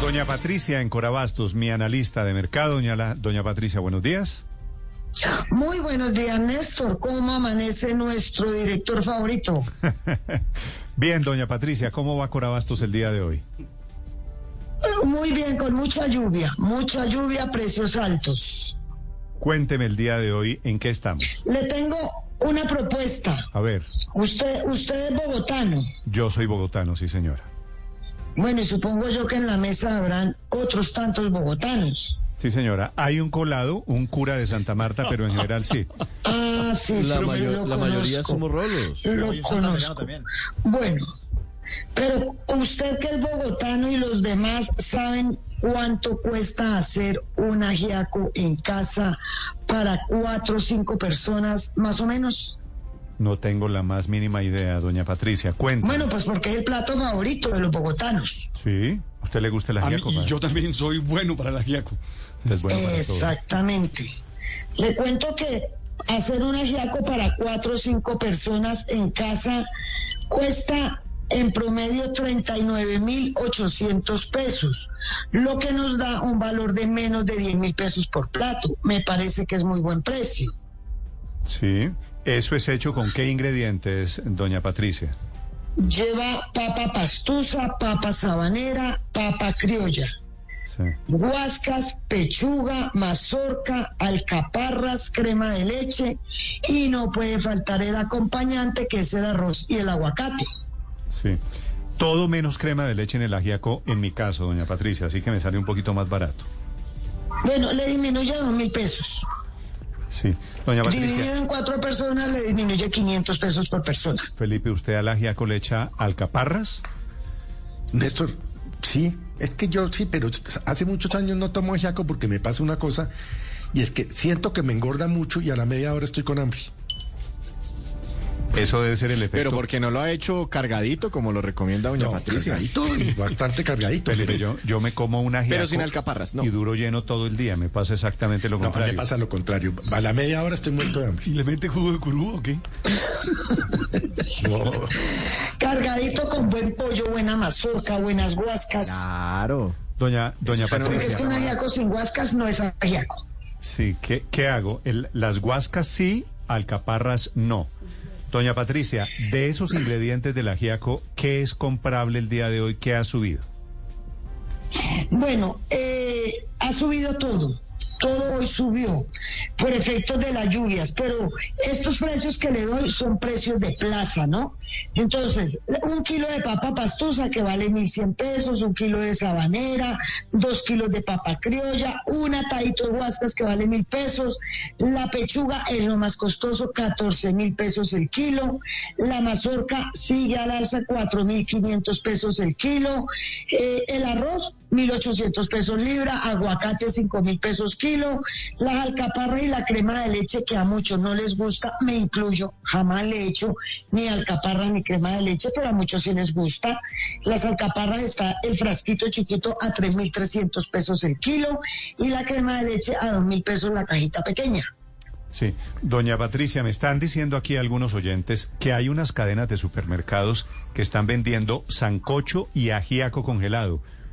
Doña Patricia en Corabastos, mi analista de mercado. Doña, la- Doña Patricia, buenos días. Muy buenos días, Néstor. ¿Cómo amanece nuestro director favorito? Bien, Doña Patricia, ¿cómo va Corabastos el día de hoy? Eh, Muy bien, con mucha lluvia, mucha lluvia, precios altos. Cuénteme el día de hoy en qué estamos. Le tengo una propuesta. A ver, Usted, usted es bogotano. yo soy bogotano, sí señora. Bueno, y supongo yo que en la mesa habrán otros tantos bogotanos. Sí señora, hay un colado, un cura de Santa Marta, pero en general sí. Ah, sí, La, sí, mayo- lo la conozco, mayoría somos rolos. Lo conozco. Bueno, pero usted que es bogotano y los demás saben cuánto cuesta hacer un ajiaco en casa para cuatro o cinco personas más o menos. No tengo la más mínima idea, Doña Patricia. Cuénteme. Bueno, pues porque es el plato favorito de los bogotanos. Sí, ¿a usted le gusta el A mí- ajiaco? y padre? yo eh, también soy bueno para el ajiaco. Es bueno para todo. Exactamente. Le cuento que hacer un ajiaco para cuatro o cinco personas en casa cuesta en promedio 39.800 pesos, lo que nos da un valor de menos de 10.000 pesos por plato. Me parece que es muy buen precio. Sí. ¿Eso es hecho con qué ingredientes, Doña Patricia? Lleva papa pastusa, papa sabanera, papa criolla. Sí. guascas, pechuga, mazorca, alcaparras, crema de leche y no puede faltar el acompañante que es el arroz y el aguacate. Sí. Todo menos crema de leche en el ajiaco, en mi caso, doña Patricia, así que me sale un poquito más barato. Bueno, le disminuye dos mil pesos. Sí. Doña Dividido Patricia, en cuatro personas le disminuye 500 pesos por persona. Felipe, ¿usted al ajiaco le echa alcaparras? Néstor, sí, es que yo sí, pero hace muchos años no tomo ajiaco porque me pasa una cosa y es que siento que me engorda mucho y a la media hora estoy con hambre. Eso debe ser el efecto. Pero porque no lo ha hecho cargadito como lo recomienda doña No, Patricia. cargadito y bastante cargadito. Felipe, yo, yo me como un ajiaco. sin alcaparras, no. Y duro lleno todo el día, me pasa exactamente lo No, a mí contrario. me pasa lo contrario. A la media hora estoy muerto de hambre. ¿Y le mete jugo de curú o qué? No, Cargadito con buen pollo, buena mazorca, buenas guascas. Claro. Doña, doña Porque es Patricia, que un ajiaco sin guascas no es ajiaco. sí, ¿qué, qué hago? El- las guascas sí, alcaparras no. Doña Patricia, de esos ingredientes del ajiaco, ¿qué es comprable el día de hoy? ¿Qué ha subido? Bueno, eh, ha subido todo. Todo hoy subió por efectos de las lluvias, pero estos precios que le doy son precios de plaza, ¿no? Entonces, un kilo de papa pastusa que vale 1.100 pesos, un kilo de sabanera, dos kilos de papa criolla, un atadito de guascas que vale 1.000 pesos, la pechuga es lo más costoso, 14.000 pesos el kilo, la mazorca sigue al alza, 4.500 pesos el kilo, eh, el arroz, 1.800 pesos libra, aguacate, 5.000 pesos kilo, la alcaparra y la crema de leche que a muchos no les gusta, me incluyo, jamás le he hecho ni alcaparra ni crema de leche, pero a muchos sí les gusta. Las alcaparras está el frasquito chiquito a 3.300 pesos el kilo y la crema de leche a 2.000 pesos la cajita pequeña. Sí, doña Patricia, me están diciendo aquí algunos oyentes que hay unas cadenas de supermercados que están vendiendo sancocho y ajíaco congelado.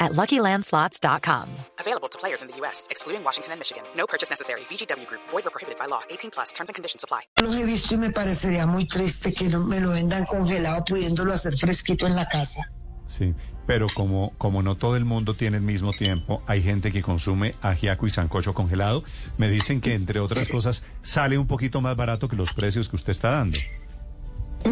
at luckylandslots.com. Available to players in the U.S., excluding Washington and Michigan. No purchase necessary. VGW Group, void were prohibited by law. 18 plus terms and conditions apply. Los he visto y me parecería muy triste que no me lo vendan congelado pudiéndolo hacer fresquito en la casa. Sí, pero como, como no todo el mundo tiene el mismo tiempo, hay gente que consume ajiaco y sancocho congelado. Me dicen que, entre otras cosas, sale un poquito más barato que los precios que usted está dando.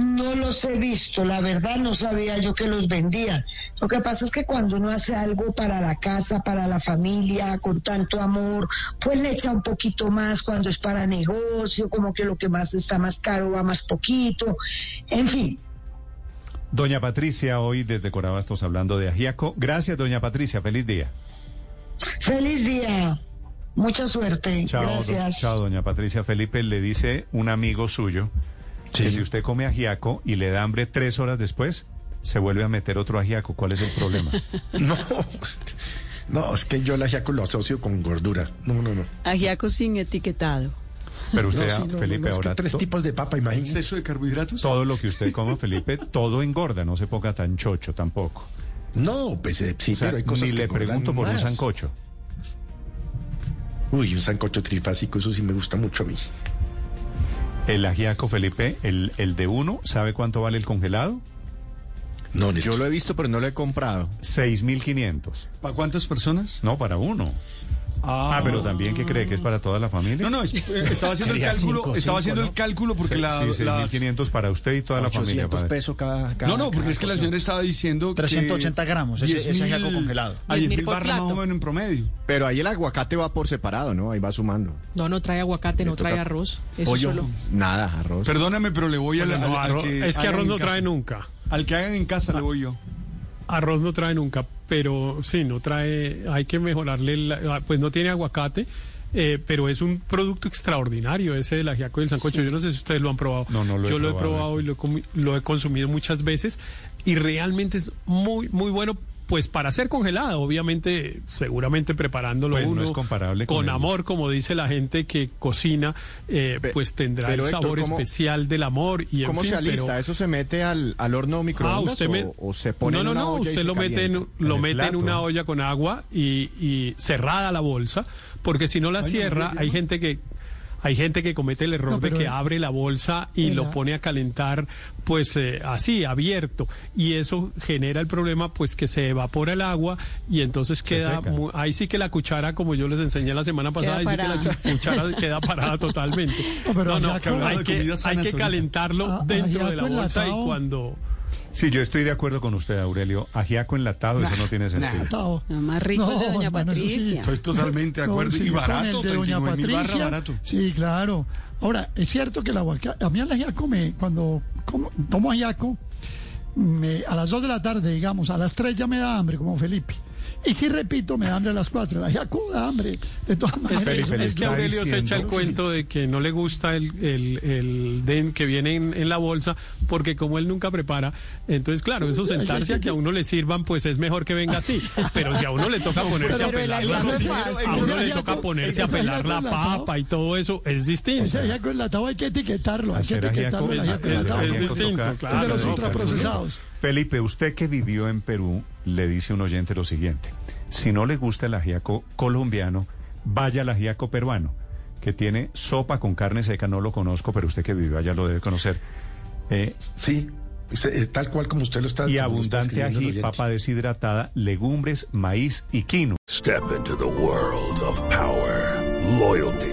No los he visto, la verdad no sabía yo que los vendían. Lo que pasa es que cuando uno hace algo para la casa, para la familia, con tanto amor, pues le echa un poquito más cuando es para negocio, como que lo que más está más caro va más poquito, en fin. Doña Patricia, hoy desde Corabastos hablando de ajiaco. Gracias, doña Patricia. Feliz día. Feliz día, mucha suerte, Chao, do- gracias. chao, doña Patricia. Felipe le dice un amigo suyo que si usted come ajiaco y le da hambre tres horas después, se vuelve a meter otro ajiaco. ¿Cuál es el problema? No, no, es que yo el ajiaco lo asocio con gordura. No, no, no. Ajiaco sin etiquetado. Pero usted, No, sí, ah, no, no, Felipe, no, es que ahora tres to- tipos de papa, imagínese. ¿Exceso de carbohidratos? todo lo que usted coma, Felipe, todo engorda. No se ponga tan chocho tampoco. No, pues eh, sí, O sea, pero hay cosas ni que le engordan pregunto por un más. sancocho. Uy, un sancocho trifásico, eso sí me gusta mucho a mí. El ajiaco, Felipe, el, el de uno, ¿sabe cuánto vale el congelado? No, Néstor. Yo lo he visto, pero no lo he comprado. 6.500. ¿Para cuántas personas? No, para uno. Ah, pero también, ¿qué cree? ¿Que es para toda la familia? No, no, es- eh, estaba haciendo el Sería cálculo, cinco, estaba cinco, haciendo ¿no? el cálculo porque Sí, la, sí, la- 6.500 para usted y toda la familia. 800 padre. pesos cada, cada- No, no, porque cada es que la cosa. señora estaba diciendo que 380 gramos, ese- ese 10.000 ajiaco congelado. A 10.000 10.000 por barras más o plato. menos en promedio. Pero ahí el aguacate va por separado, ¿no? Ahí va sumando. No, no trae aguacate, no trae toca arroz. Eso Pollo. solo. Nada, arroz. Perdóname, pero le voy a la- al, al que es que hagan arroz en no casa. trae nunca. Ah. Al que hagan en casa le voy yo. Arroz no trae nunca, pero sí, no trae. Hay que mejorarle. la- pues no tiene aguacate. eh, pero es un producto extraordinario ese del ajiaco y el sancocho. Yo no sé si ustedes lo han probado. No, no lo he Yo lo he probado. probado y lo he, comi- lo he consumido muchas veces. Y realmente es muy, muy bueno. Pues para ser congelado, obviamente, seguramente preparándolo Pues no uno es comparable con con el- amor, como dice la gente que cocina, eh, Pe- pues tendrá el pero, Héctor, sabor ¿cómo- especial del amor y en ¿Cómo fin, se pero- alista? ¿Eso se mete al, al horno Ah, microondas usted me- o, o se pone no, en no, una no, olla y usted se lo mete, en, calienta? en lo el mete en plato. una olla con agua y, y cerrada la bolsa, porque si no la no, cierra, yo hay no. gente que hay gente que comete el error No, de pero que el- abre la bolsa y el lo a- pone a calentar, pues eh, así, abierto, y eso genera el problema, pues que se evapora el agua y entonces queda seca. mu- ahí sí que la cuchara, como yo les enseñé la semana pasada, ahí sí que la parada. chu- cuchara queda parada totalmente. No, pero no, no, había que hablar hay de que, comidas hay sanas que ahorita. calentarlo Ah, ajiaco dentro de la bolsa y enlatado. cuando Sí, yo estoy de acuerdo con usted, Aurelio. Ajiaco enlatado, eso no tiene sentido. Lo más rico es de Doña hermano, eso sí. Patricia. Estoy totalmente de acuerdo. y barato, 39.000 barra barato. Sí, claro. Ahora, es cierto que el aguacate, a mí el ajiaco me, cuando como, tomo ajiaco, me- a las 2 de la tarde, digamos, a las 3 ya me da hambre, como Felipe. Y si repito, me da hambre a las 4. El ajiaco da hambre, de todas maneras. Felipe, Eso le es que está Aurelio se echa el diciendo- cuento de que no le gusta el, el, el den que viene en, en la bolsa, porque como él nunca prepara, entonces claro, eso sentarse a que a uno le sirvan, pues es mejor que venga así. Pero si a uno le toca ponerse a Pero el pelar la ajiaco es cocina, fácil. a uno Ah, le Ese toca ajiaco- ponerse a ese pelar la ajiaco papa y todo eso, es distinto. ajiaco enlatado hay que etiquetarlo, Hacer ajiaco, es, hacer es- ajiaco es distinto, toca- claro. toca- no, toca- procesados. Felipe, usted que vivió en Perú, le dice un oyente lo siguiente. Si no le gusta el ajiaco colombiano, vaya al ajiaco peruano, que tiene sopa con carne seca, no lo conozco, pero usted que vivió allá lo debe conocer. Eh, Sí, es, eh, tal cual como usted lo y está como lo está abundante escribiendo el ají, oyente. papa deshidratada, legumbres, maíz y quino. Step into the world of power, loyalty,